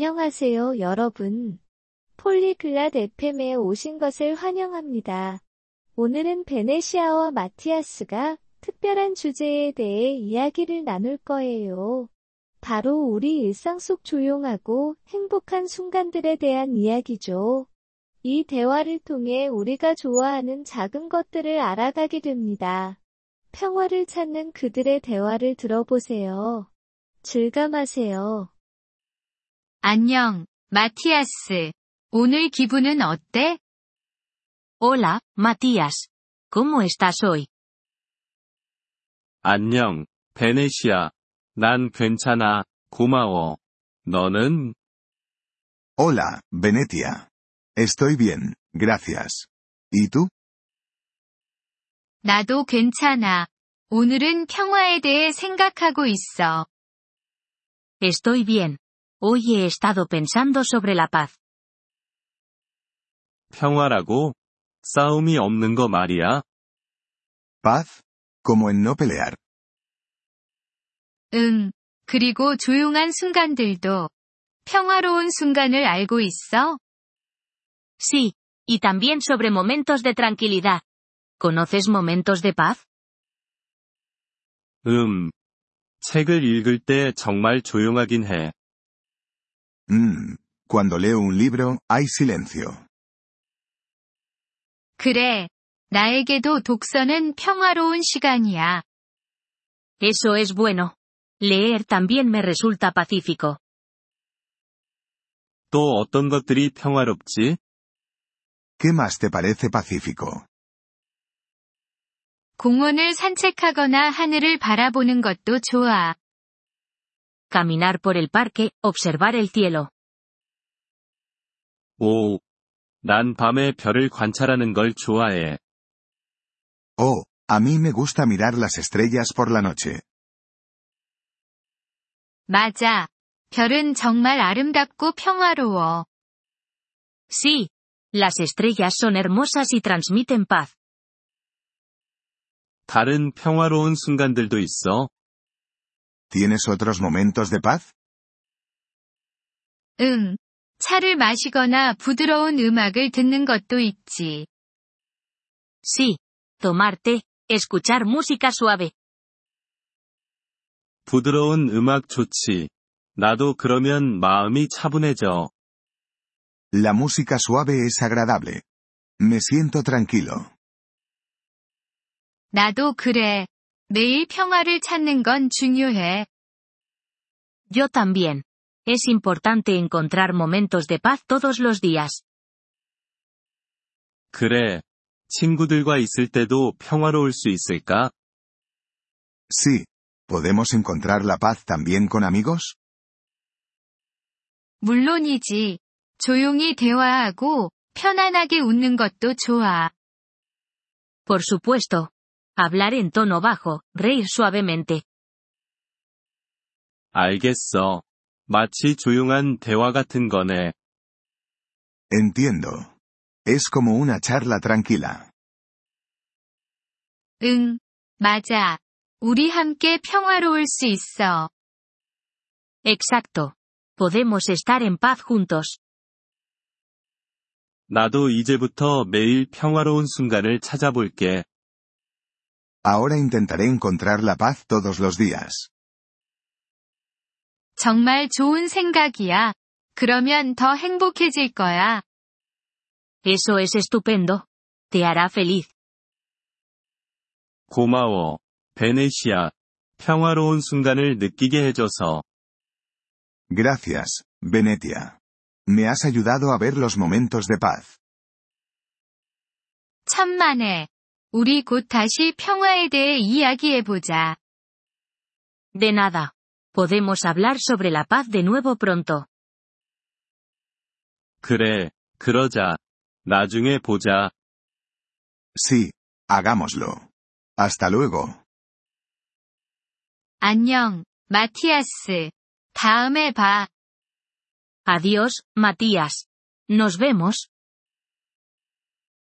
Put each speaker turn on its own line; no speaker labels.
안녕하세요, 여러분. 폴리글랏 FM에 오신 것을 환영합니다. 오늘은 베네시아와 마티아스가 특별한 주제에 대해 이야기를 나눌 거예요. 바로 우리 일상 속 조용하고 행복한 순간들에 대한 이야기죠. 이 대화를 통해 우리가 좋아하는 작은 것들을 알아가게 됩니다. 평화를 찾는 그들의 대화를 들어보세요. 즐감하세요.
안녕, 마티아스. 오늘 기분은 어때?
Hola, Matías. ¿Cómo estás hoy?
안녕, 베네시아. 난 괜찮아, 고마워. 너는?
Hola, Venetia. Estoy bien, gracias. ¿Y tú?
나도 괜찮아. 오늘은 평화에 대해 생각하고 있어.
Estoy bien. Hoy he estado pensando sobre la paz.
평화라고? 싸움이 없는 거 말이야?
Paz. Como en no pelear.
응. 그리고 조용한 순간들도. 평화로운 순간을 알고 있어?
Sí. Y también sobre momentos de tranquilidad. ¿Conoces momentos de paz?
음. 책을 읽을 때 정말 조용하긴 해.
Mmm. Cuando leo un libro, hay silencio.
그래. 나에게도 독서는 평화로운 시간이야.
Eso es bueno. Leer también me resulta pacífico.
또 어떤 것들이 평화롭지?
¿Qué más te parece pacífico?
공원을 산책하거나 하늘을 바라보는 것도 좋아.
Caminar por el parque, observar el cielo.
오. 난 밤에 별을 관찰하는 걸 좋아해.
Oh, a mí me gusta mirar las estrellas por la noche.
맞아. 별은 정말 아름답고 평화로워.
Sí. Las estrellas son hermosas y transmiten paz.
다른 평화로운 순간들도 있어.
¿Tienes otros momentos de paz?
응. 차를 마시거나 부드러운 음악을 듣는 것도 있지.
Sí. Tomar té, escuchar música suave.
부드러운 음악 좋지. 나도 그러면 마음이 차분해져.
La música suave es agradable. Me siento tranquilo.
나도 그래. 매일 평화를 찾는 건 중요해.
Yo también. Es importante encontrar momentos de paz todos los días.
그래. 친구들과 있을 때도 평화로울 수 있을까?
Sí. ¿Podemos encontrar la paz también con amigos?
물론이지. 조용히 대화하고 편안하게 웃는 것도 좋아.
Por supuesto. Hablar en tono bajo, reír suavemente.
알겠어. 마치 조용한 대화 같은 거네.
Entiendo. Es como una charla tranquila.
응. 맞아. 우리 함께 평화로울 수 있어.
Exacto. Podemos estar en paz juntos.
나도 이제부터 매일 평화로운 순간을 찾아볼게.
Ahora intentaré encontrar la paz todos los días.
정말 좋은 생각이야. 그러면 더 행복해질 거야.
Eso es estupendo. Te hará feliz.
고마워. 베네시아. 평화로운 순간을 느끼게 해줘서.
Gracias, Venetia. Me has ayudado a ver los momentos de paz.
천만에. 우리 곧 다시 평화에 대해 이야기해보자.
De nada. Podemos hablar sobre la paz de nuevo pronto.
그래. 그러자. 나중에 보자.
Sí, hagámoslo. Hasta luego.
안녕, 마티아스. 다음에 봐.
Adiós, Matías. Nos vemos.